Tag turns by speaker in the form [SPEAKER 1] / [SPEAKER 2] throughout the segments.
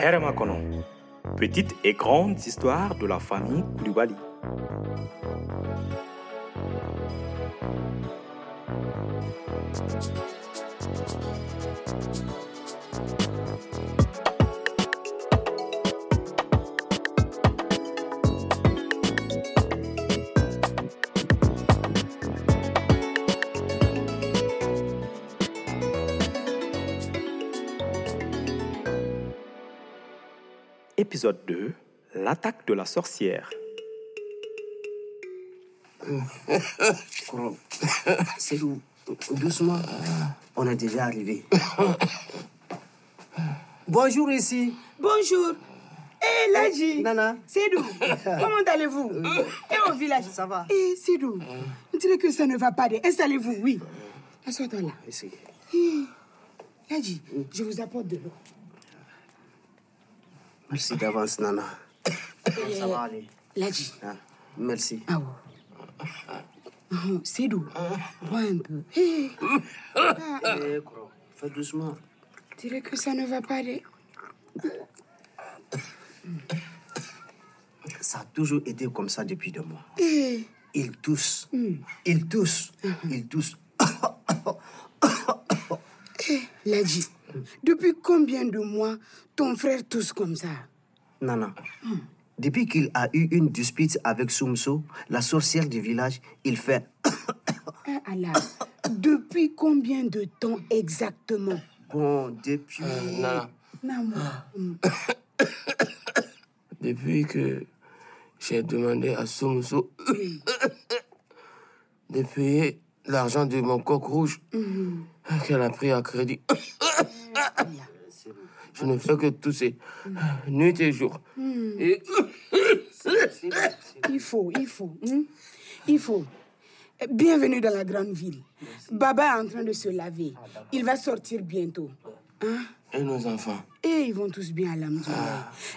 [SPEAKER 1] Hermakono. Petite et grande histoire de la famille Koulibaly. Épisode 2 L'attaque de la sorcière.
[SPEAKER 2] Coron, c'est où Doucement, on est déjà arrivé. Bonjour ici.
[SPEAKER 3] Bonjour. Eh, Laji.
[SPEAKER 2] Nana.
[SPEAKER 3] Sidou, comment allez-vous Et au village
[SPEAKER 2] Ça va
[SPEAKER 3] Eh, Sidou, on dirait que ça ne va pas. bien. Installez-vous, oui. Assois-toi là.
[SPEAKER 2] Ici.
[SPEAKER 3] Eh, Laji, je vous apporte de l'eau.
[SPEAKER 2] Merci d'avance, Nana. Ça va aller.
[SPEAKER 3] Laji.
[SPEAKER 2] Ah, Merci.
[SPEAKER 3] Ah ouais. Sidou, bois un peu. Eh,
[SPEAKER 2] Eh, Coron, fais doucement.
[SPEAKER 3] on dirait que ça ne va pas. bien.
[SPEAKER 2] Ça a toujours été comme ça depuis deux mois.
[SPEAKER 3] Eh,
[SPEAKER 2] Ils tous.
[SPEAKER 3] Hmm.
[SPEAKER 2] Ils tous. Ils tous.
[SPEAKER 3] Laji, eh, depuis combien de mois ton frère tousse comme ça
[SPEAKER 2] Nana.
[SPEAKER 3] Hmm.
[SPEAKER 2] Depuis qu'il a eu une dispute avec Soumso, la sorcière du village, il fait.
[SPEAKER 3] Ah, Allah, depuis combien de temps exactement
[SPEAKER 2] Bon, depuis.
[SPEAKER 4] Nana,
[SPEAKER 3] Maman.
[SPEAKER 4] depuis que j'ai demandé à Soumoussou de payer l'argent de mon coq rouge qu'elle a pris à crédit, je ne fais que tousser nuit et jour. Et
[SPEAKER 3] Il faut, il faut. hein? Il faut. Bienvenue dans la grande ville. Baba est en train de se laver. Il va sortir bientôt. Hein?
[SPEAKER 4] et nos enfants.
[SPEAKER 3] Et ils vont tous bien à la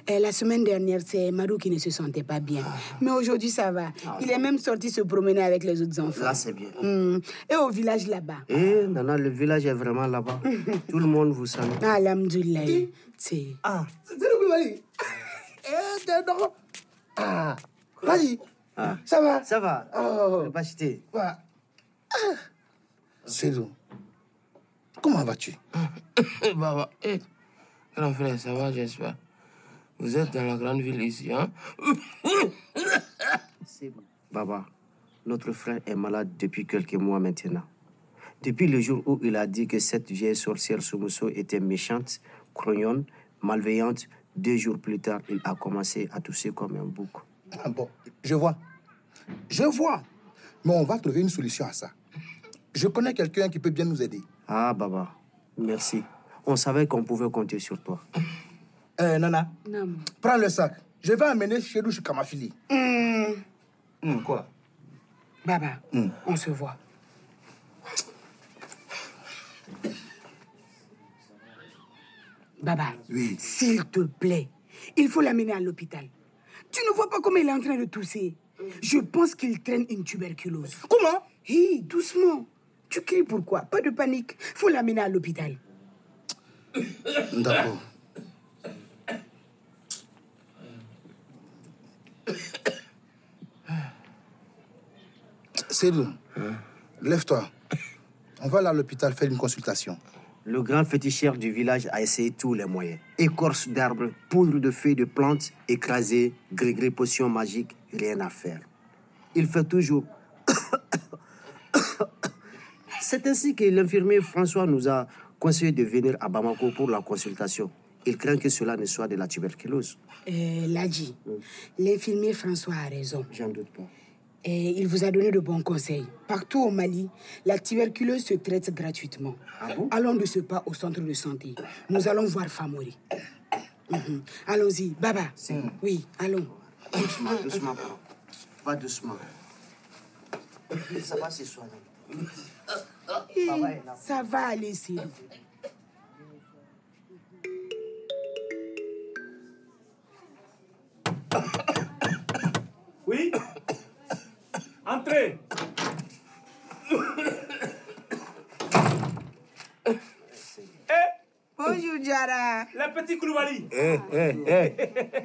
[SPEAKER 3] Eh, La semaine dernière, c'est Marou qui ne se sentait pas bien. Mais aujourd'hui, ça va. Il est même sorti se promener avec les autres enfants.
[SPEAKER 2] Là, c'est bien.
[SPEAKER 3] Hmm. Et au village là-bas.
[SPEAKER 2] Eh, Nana, le village est vraiment là-bas. Tout le monde vous salue.
[SPEAKER 3] Alhamdulillah. C'est.
[SPEAKER 2] Ah,
[SPEAKER 5] Zéro Koulibaly. Eh, t'es d'accord Ah, vas-y. Ça va
[SPEAKER 2] ça va
[SPEAKER 5] Oh.
[SPEAKER 2] Pas acheté.
[SPEAKER 5] Voilà. Ah. Zéro. Comment vas-tu
[SPEAKER 4] Eh, Baba, eh, grand frère, ça va, j'espère. Vous êtes dans la grande ville ici, hein?
[SPEAKER 2] Baba, notre frère est malade depuis quelques mois maintenant. Depuis le jour où il a dit que cette vieille sorcière Soumousso était méchante, croyonne, malveillante, deux jours plus tard, il a commencé à tousser comme un bouc.
[SPEAKER 5] Ah bon, je vois. Je vois. Mais on va trouver une solution à ça. Je connais quelqu'un qui peut bien nous aider.
[SPEAKER 2] Ah, Baba, merci. On savait qu'on pouvait compter sur toi.
[SPEAKER 5] Euh, Nana,
[SPEAKER 3] Non.
[SPEAKER 5] prends le sac. Je vais amener chez nous chez Kamafili.
[SPEAKER 3] Hmm.
[SPEAKER 4] quoi?
[SPEAKER 3] Baba,
[SPEAKER 5] Hmm.
[SPEAKER 3] on se voit. Baba,
[SPEAKER 5] Oui.
[SPEAKER 3] s'il te plaît, il faut l'amener à l'hôpital. Tu ne vois pas comment il est en train de tousser. Je pense qu'il traîne une tuberculose.
[SPEAKER 5] Comment
[SPEAKER 3] Hé, doucement. Tu cries pourquoi Pas de panique. Faut l'amener à l'hôpital.
[SPEAKER 5] D'accord. Cyril, lève-toi. On va aller à l'hôpital faire une consultation.
[SPEAKER 2] Le grand féticheur du village a essayé tous les moyens. Écorce d'arbres, poudre de feuilles de plantes, écrasées, gris-gris, potions magiques, rien à faire. Il fait toujours. C'est ainsi que l'infirmier François nous a conseillé de venir à Bamako pour la consultation. Il craint que cela ne soit de la tuberculose.
[SPEAKER 3] Euh, Ladji, l'infirmier François a raison.
[SPEAKER 2] J'en doute pas.
[SPEAKER 3] Et il vous a donné de bons conseils. Partout au Mali, la tuberculose se traite gratuitement.
[SPEAKER 2] Ah bon
[SPEAKER 3] Allons de ce pas au centre de santé. Nous allons voir Famori. Mhm. Allons-y, Baba. Oui, allons.
[SPEAKER 2] Doucement, doucement, papa. Pas doucement. Ça va se soigner.
[SPEAKER 3] Ça va aller, Sylvie.
[SPEAKER 6] Oui Entrez Eh
[SPEAKER 3] Bonjour, Diara.
[SPEAKER 1] Les petits Koulibaly.
[SPEAKER 5] Hé, hé, hé.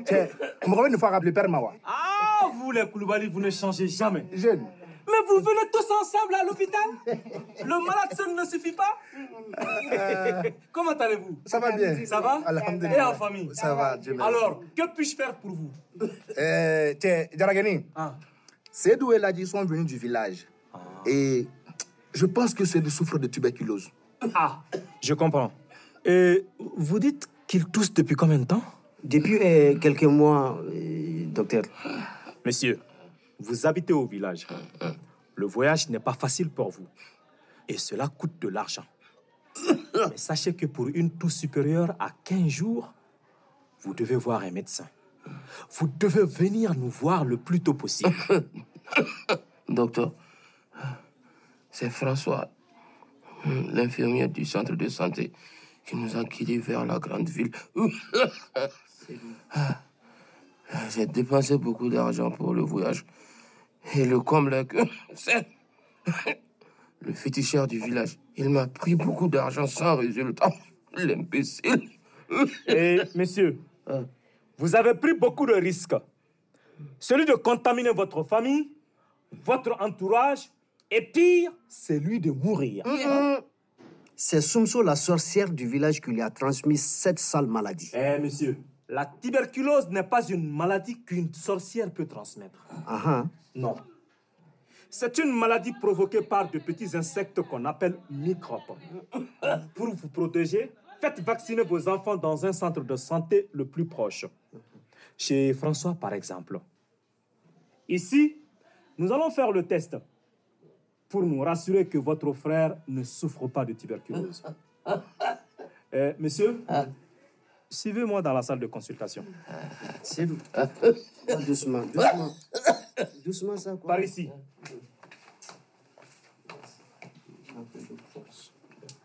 [SPEAKER 5] Tiens, on me revient une fois rappeler Père Mawa.
[SPEAKER 1] Ah, vous les Koulibaly, vous ne changez jamais.
[SPEAKER 5] Jeune.
[SPEAKER 1] Mais vous venez tous ensemble à l'hôpital Le malade seul ne suffit pas Comment allez-vous
[SPEAKER 5] Ça va bien.
[SPEAKER 1] Ça va
[SPEAKER 5] Alhamdulillah.
[SPEAKER 1] Et en famille
[SPEAKER 5] Ça va, Dieu merci.
[SPEAKER 1] Alors, que puis-je faire pour vous
[SPEAKER 5] Euh, tiens, Daragani,
[SPEAKER 1] Ah.
[SPEAKER 5] Cédou et Ladi sont venus du village. Et je pense que Cédou souffre de tuberculose.
[SPEAKER 1] Ah, je comprends. Et vous dites qu'ils toussent depuis combien de temps
[SPEAKER 2] Depuis euh, quelques mois, euh, docteur,
[SPEAKER 1] Monsieur, vous habitez au village. Le voyage n'est pas facile pour vous. Et cela coûte de l'argent. Mais sachez que pour une toux supérieure à 15 jours, vous devez voir un médecin. Vous devez venir nous voir le plus tôt possible.
[SPEAKER 4] Docteur, c'est François, l'infirmière du centre de santé, qui nous a guidés vers la grande ville. J'ai dépensé beaucoup d'argent pour le voyage. Et le comble est que c'est le féticheur du village. Il m'a pris beaucoup d'argent sans résultat. L'imbécile.
[SPEAKER 1] Et monsieur, Eh, vous avez pris beaucoup de risques. Celui de contaminer votre famille, votre entourage, et pire, celui de mourir.
[SPEAKER 2] c'est Soumso, la sorcière du village, qui lui a transmis cette sale maladie.
[SPEAKER 1] Eh, monsieur, la tuberculose n'est pas une maladie qu'une sorcière peut transmettre.
[SPEAKER 2] Ah, ah.
[SPEAKER 1] Non. C'est une maladie provoquée par de petits insectes qu'on appelle microbes. Pour vous protéger, faites vacciner vos enfants dans un centre de santé le plus proche. Chez François, par exemple. Ici, nous allons faire le test pour nous rassurer que votre frère ne souffre pas de tuberculose. Euh, monsieur, suivez-moi dans la salle de consultation.
[SPEAKER 2] C'est doux. Ah, doucement, doucement. Doucement, ça, quoi.
[SPEAKER 1] Par ici.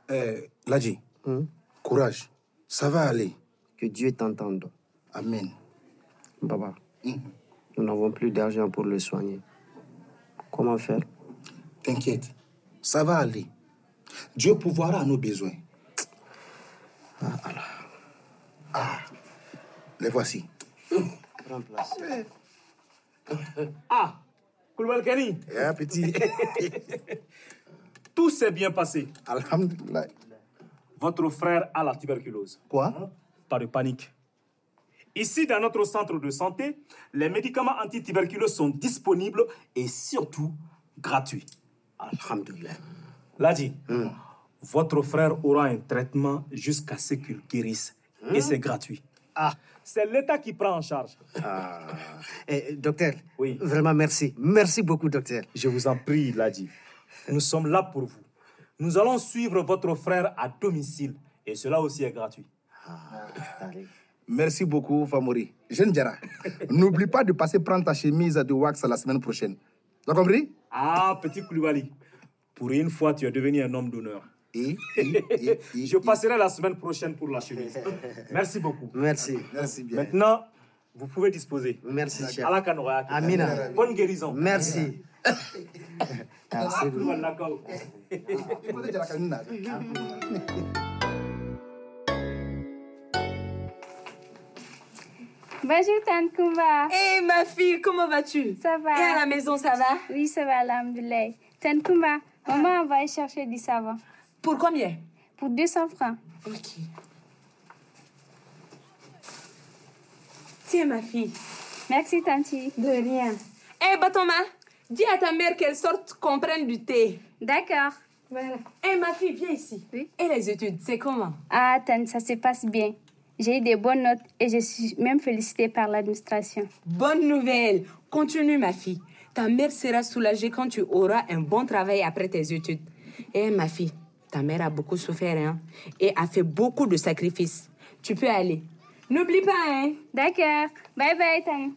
[SPEAKER 5] Eh, Ladi, courage. Ça va aller.
[SPEAKER 2] Que Dieu t'entende.
[SPEAKER 5] Amen.
[SPEAKER 2] Baba, nous n'avons plus d'argent pour le soigner. Comment faire
[SPEAKER 5] T'inquiète. Ça va aller. Dieu pourvoira à nos besoins. Ah, les voici.
[SPEAKER 2] Prends place.
[SPEAKER 1] Ah, Koulibaly
[SPEAKER 5] Eh, petit.
[SPEAKER 1] Tout s'est bien passé.
[SPEAKER 5] Alhamdulillah.
[SPEAKER 1] Votre frère a la tuberculose.
[SPEAKER 5] Quoi
[SPEAKER 1] Pas de panique. Ici, dans notre centre de santé, les médicaments anti-tuberculose sont disponibles et surtout gratuits.
[SPEAKER 2] Alhamdulillah.
[SPEAKER 1] Ladi, votre frère aura un traitement jusqu'à ce qu'il guérisse. Et c'est gratuit.
[SPEAKER 2] Ah.
[SPEAKER 1] C'est l'État qui prend en charge.
[SPEAKER 2] Eh, docteur,
[SPEAKER 1] Oui.
[SPEAKER 2] vraiment merci. Merci beaucoup, docteur.
[SPEAKER 1] Je vous en prie, Ladi. Nous sommes là pour vous. Nous allons suivre votre frère à domicile. Et cela aussi est gratuit.
[SPEAKER 5] Merci beaucoup, Famori. Jeune Djara, n'oublie pas de passer prendre ta chemise de wax la semaine prochaine. T'as compris
[SPEAKER 1] Ah, petit Koulibaly, pour une fois, tu es devenu un homme d'honneur.
[SPEAKER 5] Et, et, et, et,
[SPEAKER 1] Je passerai la semaine prochaine pour la chemise. Merci beaucoup.
[SPEAKER 2] Merci.
[SPEAKER 5] Merci bien.
[SPEAKER 1] Maintenant, vous pouvez disposer.
[SPEAKER 2] Merci, cher.
[SPEAKER 1] À la Kanoa.
[SPEAKER 2] Amina.
[SPEAKER 1] Bonne guérison.
[SPEAKER 2] Merci. Ah, c'est doux.
[SPEAKER 1] Koulibaly.
[SPEAKER 6] Bonjour Tante Bah, Kumba.
[SPEAKER 7] Hé Eh, ma fille, comment vas-tu
[SPEAKER 6] Ça va
[SPEAKER 7] Et à la maison, ça va
[SPEAKER 6] Oui, ça va, alhamdoulilah. Tante Kumba, maman va aller chercher du savon
[SPEAKER 7] Pour combien
[SPEAKER 6] pour 200 francs.
[SPEAKER 7] Ok. Tiens ma fille.
[SPEAKER 6] Merci, Tanti.
[SPEAKER 7] De rien. Hé Batoma, dis à ta mère qu'elle sorte qu'on prenne du thé.
[SPEAKER 6] D'accord.
[SPEAKER 7] Hé ma fille, viens ici.
[SPEAKER 6] Oui.
[SPEAKER 7] Et les études, c'est comment
[SPEAKER 6] Ah, Tante, ça se passe bien. J'ai eu des bonnes notes et je suis même félicitée par l'administration.
[SPEAKER 7] Bonne nouvelle. Continue ma fille. Ta mère sera soulagée quand tu auras un bon travail après tes études. Hé ma fille, ta mère a beaucoup souffert hein, et a fait beaucoup de sacrifices. Tu peux aller. N'oublie pas, hein
[SPEAKER 6] D'accord. Bye bye, Tante.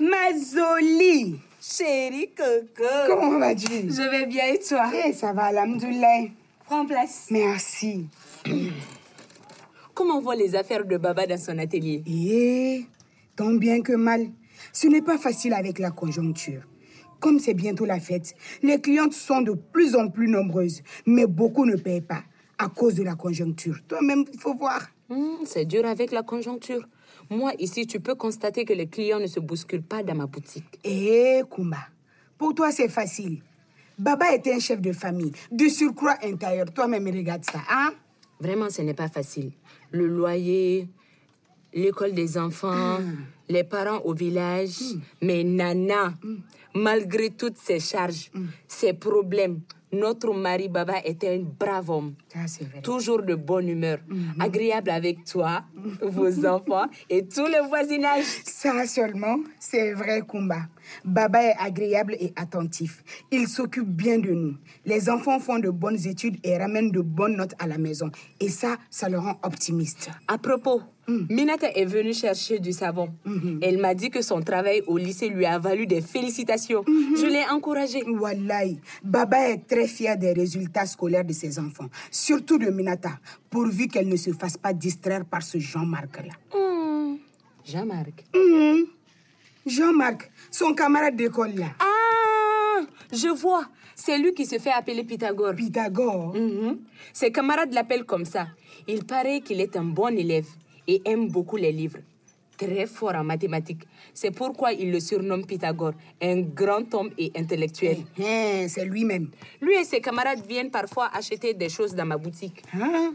[SPEAKER 7] Ma jolie chérie coco.
[SPEAKER 3] Comment vas-tu
[SPEAKER 7] Je vais bien et toi
[SPEAKER 3] Eh, ça va, Alhamdoulilah.
[SPEAKER 7] Prends place.
[SPEAKER 3] Merci.
[SPEAKER 7] Comment vont les affaires de Baba dans son atelier
[SPEAKER 3] Eh, tant bien que mal. Ce n'est pas facile avec la conjoncture. Comme c'est bientôt la fête, les clientes sont de plus en plus nombreuses, mais beaucoup ne payent pas à cause de la conjoncture. Toi-même, il faut voir.
[SPEAKER 7] Hum, c'est dur avec la conjoncture. Moi, ici, tu peux constater que les clients ne se bousculent pas dans ma boutique.
[SPEAKER 3] Hé, Eh, Kumba, pour toi, c'est facile. Baba était un chef de famille, de surcroît intérieur. Toi-même, regarde ça, hein?
[SPEAKER 7] Vraiment, ce n'est pas facile. Le loyer, l'école des enfants, les parents au village. Mais Nana, malgré toutes ces charges, ces problèmes, notre mari Baba était un brave homme.
[SPEAKER 3] Ah, c'est vrai.
[SPEAKER 7] Toujours de bonne humeur, agréable avec toi, vos enfants et tout le voisinage.
[SPEAKER 3] Ça seulement, c'est vrai, Kumba. Baba est agréable et attentif. Il s'occupe bien de nous. Les enfants font de bonnes études et ramènent de bonnes notes à la maison. Et ça, ça le rend optimiste.
[SPEAKER 7] À propos, Minata est venue chercher du savon. Elle m'a dit que son travail au lycée lui a valu des félicitations. Je l'ai encouragée.
[SPEAKER 3] Wallahi, Baba est très fier des résultats scolaires de ses enfants, surtout de Minata, pourvu qu'elle ne se fasse pas distraire par ce Jean-Marc-là.
[SPEAKER 7] Jean-Marc.
[SPEAKER 3] Jean-Marc, son camarade d'école là.
[SPEAKER 7] Ah, je vois. C'est lui qui se fait appeler Pythagore.
[SPEAKER 3] Pythagore.
[SPEAKER 7] Mhm. Ses camarades l'appellent comme ça. Il paraît qu'il est un bon élève et aime beaucoup les livres. Très fort en mathématiques. C'est pourquoi il le surnomme Pythagore, un grand homme et intellectuel.
[SPEAKER 3] Hein, c'est lui-même.
[SPEAKER 7] Lui et ses camarades viennent parfois acheter des choses dans ma boutique.
[SPEAKER 3] Hein?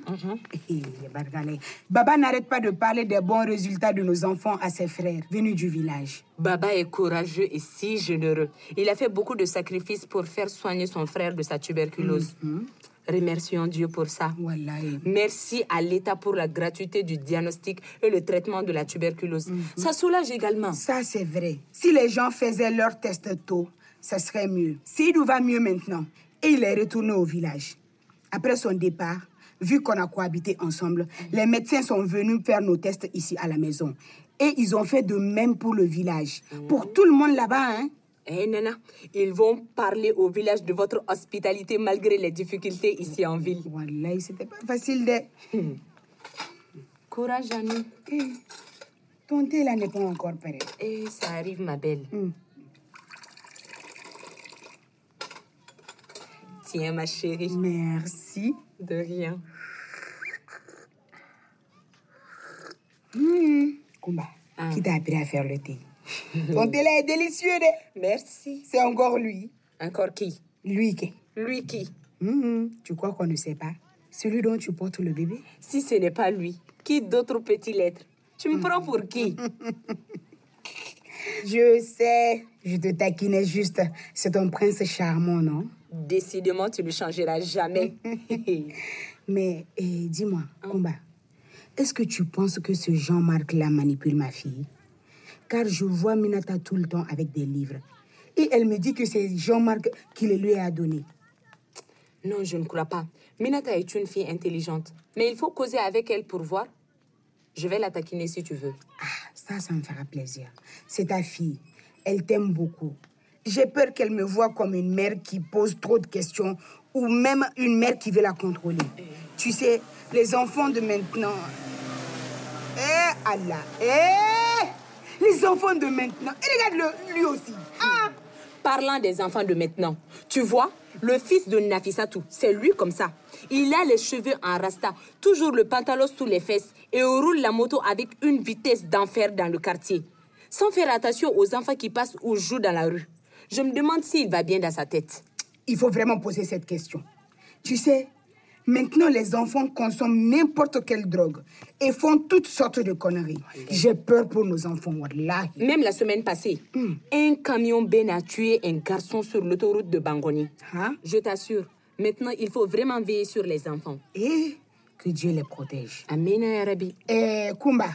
[SPEAKER 3] Hé, Bargalais. Baba n'arrête pas de parler des bons résultats de nos enfants à ses frères venus du village.
[SPEAKER 7] Baba est courageux et si généreux. Il a fait beaucoup de sacrifices pour faire soigner son frère de sa tuberculose. Remercions Dieu pour ça.
[SPEAKER 3] Wallahi.
[SPEAKER 7] Merci à l'État pour la gratuité du diagnostic et le traitement de la tuberculose. Ça soulage également.
[SPEAKER 3] Ça, c'est vrai. Si les gens faisaient leurs tests tôt, ça serait mieux. Seydou va mieux maintenant et il est retourné au village. Après son départ, vu qu'on a cohabité ensemble, les médecins sont venus faire nos tests ici à la maison. Et ils ont fait de même pour le village. Pour tout le monde là-bas, hein?
[SPEAKER 7] Eh Nana, ils vont parler au village de votre hospitalité malgré les difficultés ici en ville.
[SPEAKER 3] Wallahi, c'était pas facile de...
[SPEAKER 7] Courage à nous.
[SPEAKER 3] Eh, Ton thé là n'est pas encore prêt.
[SPEAKER 7] Et Eh, ça arrive, ma belle. Tiens, ma chérie.
[SPEAKER 3] Merci.
[SPEAKER 7] De rien.
[SPEAKER 3] Kumba, qui t'a appris à faire le thé Ton thé là est délicieux, de...
[SPEAKER 7] Merci.
[SPEAKER 3] C'est encore lui.
[SPEAKER 7] Encore qui
[SPEAKER 3] Lui qui.
[SPEAKER 7] Lui qui
[SPEAKER 3] Hum, hum, Tu crois qu'on ne sait pas Celui dont tu portes le bébé
[SPEAKER 7] Si ce n'est pas lui, qui d'autre peut-il être Tu me prends pour qui
[SPEAKER 3] Je sais. Je te taquinais juste. C'est un prince charmant, non
[SPEAKER 7] Décidément, tu ne changeras jamais.
[SPEAKER 3] Mais eh, dis-moi, Kumba, est-ce que tu penses que ce Jean-Marc-là manipule ma fille Car je vois Minata tout le temps avec des livres. Et elle me dit que c'est Jean-Marc qui les lui a donnés.
[SPEAKER 7] non, je ne crois pas. Minata est une fille intelligente, mais il faut causer avec elle pour voir. Je vais la taquiner si tu veux.
[SPEAKER 3] Ah, ça, ça me fera plaisir. C'est ta fille. Elle t'aime beaucoup. J'ai peur qu'elle me voie comme une mère qui pose trop de questions ou même une mère qui veut la contrôler. Tu sais, les enfants de maintenant. Eh Allah Eh Les enfants de maintenant. Et regarde-le, lui aussi. Ah
[SPEAKER 7] Parlant des enfants de maintenant, tu vois, le fils de Nafisatou, c'est lui comme ça. Il a les cheveux en rasta, toujours le pantalon sous les fesses et roule la moto avec une vitesse d'enfer dans le quartier, sans faire attention aux enfants qui passent ou jouent dans la rue. Je me demande s'il va bien dans sa tête.
[SPEAKER 3] Il faut vraiment poser cette question. Tu sais, maintenant les enfants consomment n'importe quelle drogue et font toutes sortes de conneries. J'ai peur pour nos enfants, wallahi.
[SPEAKER 7] Même la semaine passée,
[SPEAKER 3] Hmm.
[SPEAKER 7] un camion Ben a tué un garçon sur l'autoroute de Bangoni.
[SPEAKER 3] Hein?
[SPEAKER 7] Je t'assure, maintenant il faut vraiment veiller sur les enfants.
[SPEAKER 3] Et que Dieu les protège.
[SPEAKER 7] Amina ya Rabbi.
[SPEAKER 3] Eh, Kumba,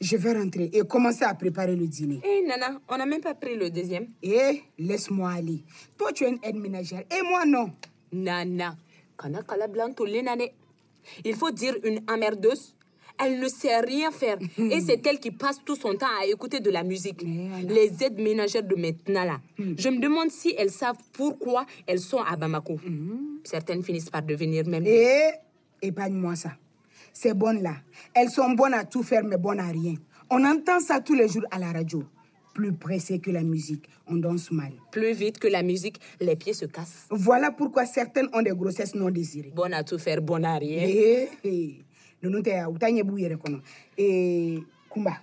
[SPEAKER 3] je vais rentrer et commencer à préparer le dîner.
[SPEAKER 7] Eh Nana, on n'a même pas pris le deuxième.
[SPEAKER 3] Eh, laisse-moi aller. Toi, tu es une aide ménagère et moi, non.
[SPEAKER 7] Nana, kana kala blanto lenane. Il faut dire une emmerdeuse. Elle ne sait rien faire. Et c'est elle qui passe tout son temps à écouter de la musique. Les aides ménagères de maintenant, là. Je me demande si elles savent pourquoi elles sont à Bamako. Certaines finissent par devenir même.
[SPEAKER 3] Eh, épargne-moi ça. Ces bonnes-là, elles sont bonnes à tout faire, mais bonnes à rien. On entend ça tous les jours à la radio. plus pressé que la musique. On danse mal.
[SPEAKER 7] Plus vite que la musique, les pieds se cassent.
[SPEAKER 3] Voilà pourquoi certaines ont des grossesses non désirées.
[SPEAKER 7] Bon à tout faire, bon à rien.
[SPEAKER 3] Eh, eh, nono tɛ yan, u t'a ɲɛ b'u yɛrɛ kɔnɔ. Eh, Kumba,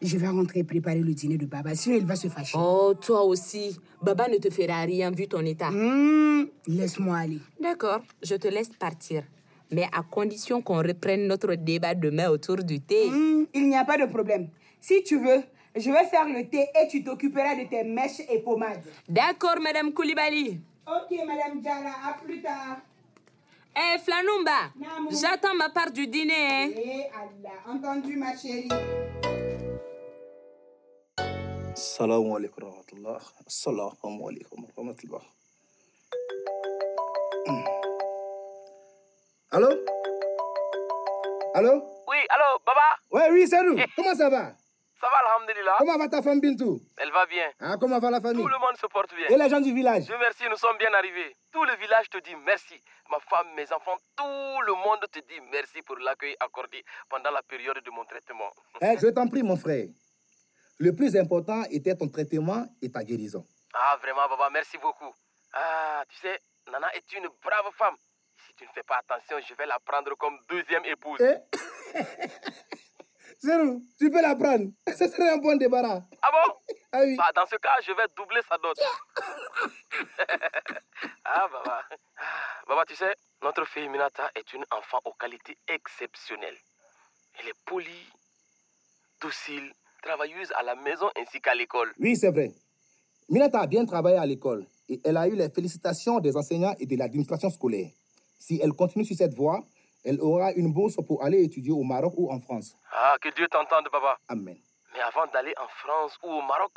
[SPEAKER 3] je vais rentrer préparer le dîner de Baba, sinon il va se fâcher.
[SPEAKER 7] Oh, toi aussi. Baba ne te fera rien vu ton état.
[SPEAKER 3] Hmm, Laisse-moi aller.
[SPEAKER 7] D'accord, je te laisse partir. Mais à condition qu'on reprenne notre débat demain autour du thé.
[SPEAKER 3] Hmm, il n'y a pas de problème. Si tu veux, je vais faire le thé et tu t'occuperas de tes mèches et pommades.
[SPEAKER 7] D'accord, Madame Koulibaly.
[SPEAKER 3] Ok, Madame Jara, à plus tard.
[SPEAKER 7] Eh, Flanumba,
[SPEAKER 3] Namou.
[SPEAKER 7] j'attends ma part du dîner. hein.
[SPEAKER 3] Eh Allah, entendu ma chérie.
[SPEAKER 8] Assalamu alaikum wa rahmatullah. Assalamu alaikum wa rahmatullah.
[SPEAKER 5] Hmm. Allô Allô
[SPEAKER 9] Oui, allô, Baba
[SPEAKER 5] Ouais, oui, c'est
[SPEAKER 9] Eh.
[SPEAKER 5] nous. Comment ça va
[SPEAKER 9] Ça va, Alhamdulillah
[SPEAKER 5] Comment va ta femme Bintou
[SPEAKER 9] Elle va bien.
[SPEAKER 5] Hein, Comment va la famille
[SPEAKER 9] Tout le monde se porte bien.
[SPEAKER 5] Et les gens du village
[SPEAKER 9] Dieu merci, nous sommes bien arrivés. Tout le village te dit merci. Ma femme, mes enfants, tout le monde te dit merci pour l'accueil accordé pendant la période de mon traitement.
[SPEAKER 5] Eh, Je t'en prie, mon frère. Le plus important était ton traitement et ta guérison.
[SPEAKER 9] Ah, vraiment, Baba, merci beaucoup. Ah, tu sais, Nana est une brave femme. Si tu ne fais pas attention, je vais la prendre comme deuxième épouse.
[SPEAKER 5] Eh Zéro, tu peux la prendre. Ce serait un bon débarras.
[SPEAKER 9] Ah bon
[SPEAKER 5] Ah oui.
[SPEAKER 9] Bah, dans ce cas, je vais doubler sa dot. ah, Baba. Ah, Baba, tu sais, notre fille Minata est une enfant aux qualités exceptionnelles. Elle est polie, docile, travailleuse à la maison ainsi qu'à l'école.
[SPEAKER 5] Oui, c'est vrai. Minata a bien travaillé à l'école et elle a eu les félicitations des enseignants et de l'administration scolaire. Si elle continue sur cette voie, elle aura une bourse pour aller étudier au Maroc ou en France.
[SPEAKER 9] Ah, que Dieu t'entende, Baba.
[SPEAKER 5] Amen.
[SPEAKER 9] Mais avant d'aller en France ou au Maroc,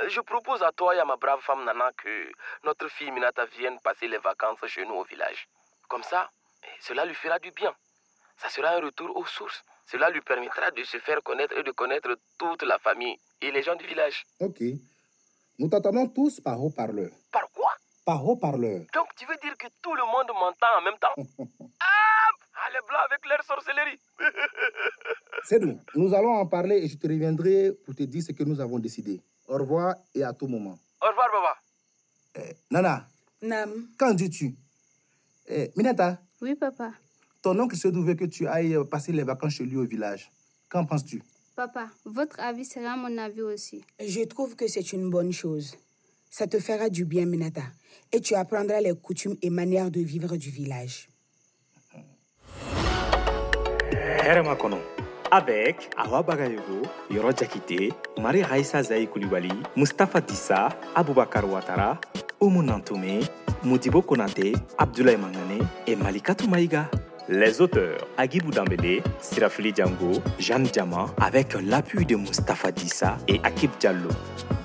[SPEAKER 9] euh, je propose à toi et à ma brave femme Nana que notre fille Minata vienne passer les vacances chez nous au village. Comme ça, eh, cela lui fera du bien. Ça sera un retour aux sources. Cela lui permettra de se faire connaître et de connaître toute la famille et les gens du village.
[SPEAKER 5] Ok. Nous t'entendons tous par haut-parleur.
[SPEAKER 9] Par quoi
[SPEAKER 5] Par haut-parleur.
[SPEAKER 9] Donc tu veux dire que tout le monde m'entend en même temps ah, ah, les blancs avec leur sorcellerie.
[SPEAKER 5] C'est nous. Nous allons en parler et je te reviendrai pour te dire ce que nous avons décidé. Au revoir et à tout moment.
[SPEAKER 9] Au revoir, Baba.
[SPEAKER 5] Nana,
[SPEAKER 7] Nam.
[SPEAKER 5] quand dis-tu Eh, Minata,
[SPEAKER 6] Oui, papa.
[SPEAKER 5] ton oncle se veut que tu ailles euh, passer les vacances chez lui au village. Qu'en penses-tu
[SPEAKER 6] Papa, votre avis sera mon avis aussi.
[SPEAKER 3] Je trouve que c'est une bonne chose. Ça te fera du bien, Minata. Et tu apprendras les coutumes et manières de vivre du village.
[SPEAKER 10] hɛrɛma kɔnɔ
[SPEAKER 1] Avec
[SPEAKER 10] awa bagayogo yɔrɔ jakite mari haisa zayi kulibali mustafa disa abubakar watara umu nantume modibo konate abdulayi mangane et malikatu maïga
[SPEAKER 1] les auteurs
[SPEAKER 10] agibou dambele sirafili jango jeanne jama avec l'appui de mustafa dissa et akib diallo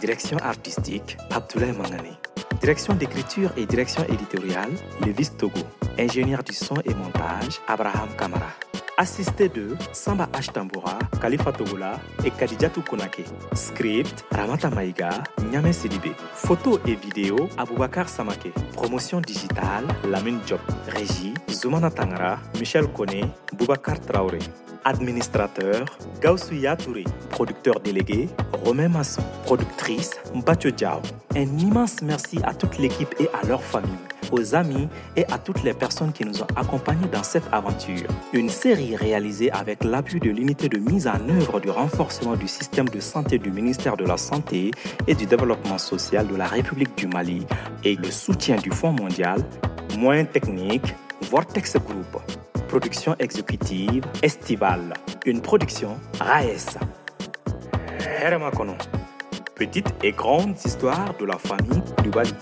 [SPEAKER 10] direction artistique abdoulaye mangane direction d'écriture et direction éditoriale levis togo ingénieur du son et montage abraham kamara assisté de Samba Ashtambora, Khalifa Togola et Kadijatou Konake. Script Ramata Maïga, Nyame Sidibé. Photos et vidéos Aboubakar Samake. Promotion digitale Lamine Job. Régie Zoumana Tangara, Michel Kone, Boubacar Traoré. Administrateur Gaussouya Touré. Producteur délégué Romain Masson. Productrice Mbatio Diao. Un immense merci à toute l'équipe et à leur famille aux amis et à toutes les personnes qui nous ont accompagnés dans cette aventure. Une série réalisée avec l'appui de l'unité de mise en œuvre du renforcement du système de santé du ministère de la Santé et du Développement social de la République du Mali et le soutien du Fonds mondial, moyens techniques, Vortex Group. Production exécutive estivale. Une production RAES. Hermakono. Petites et grandes histoires de la famille Koulibaly.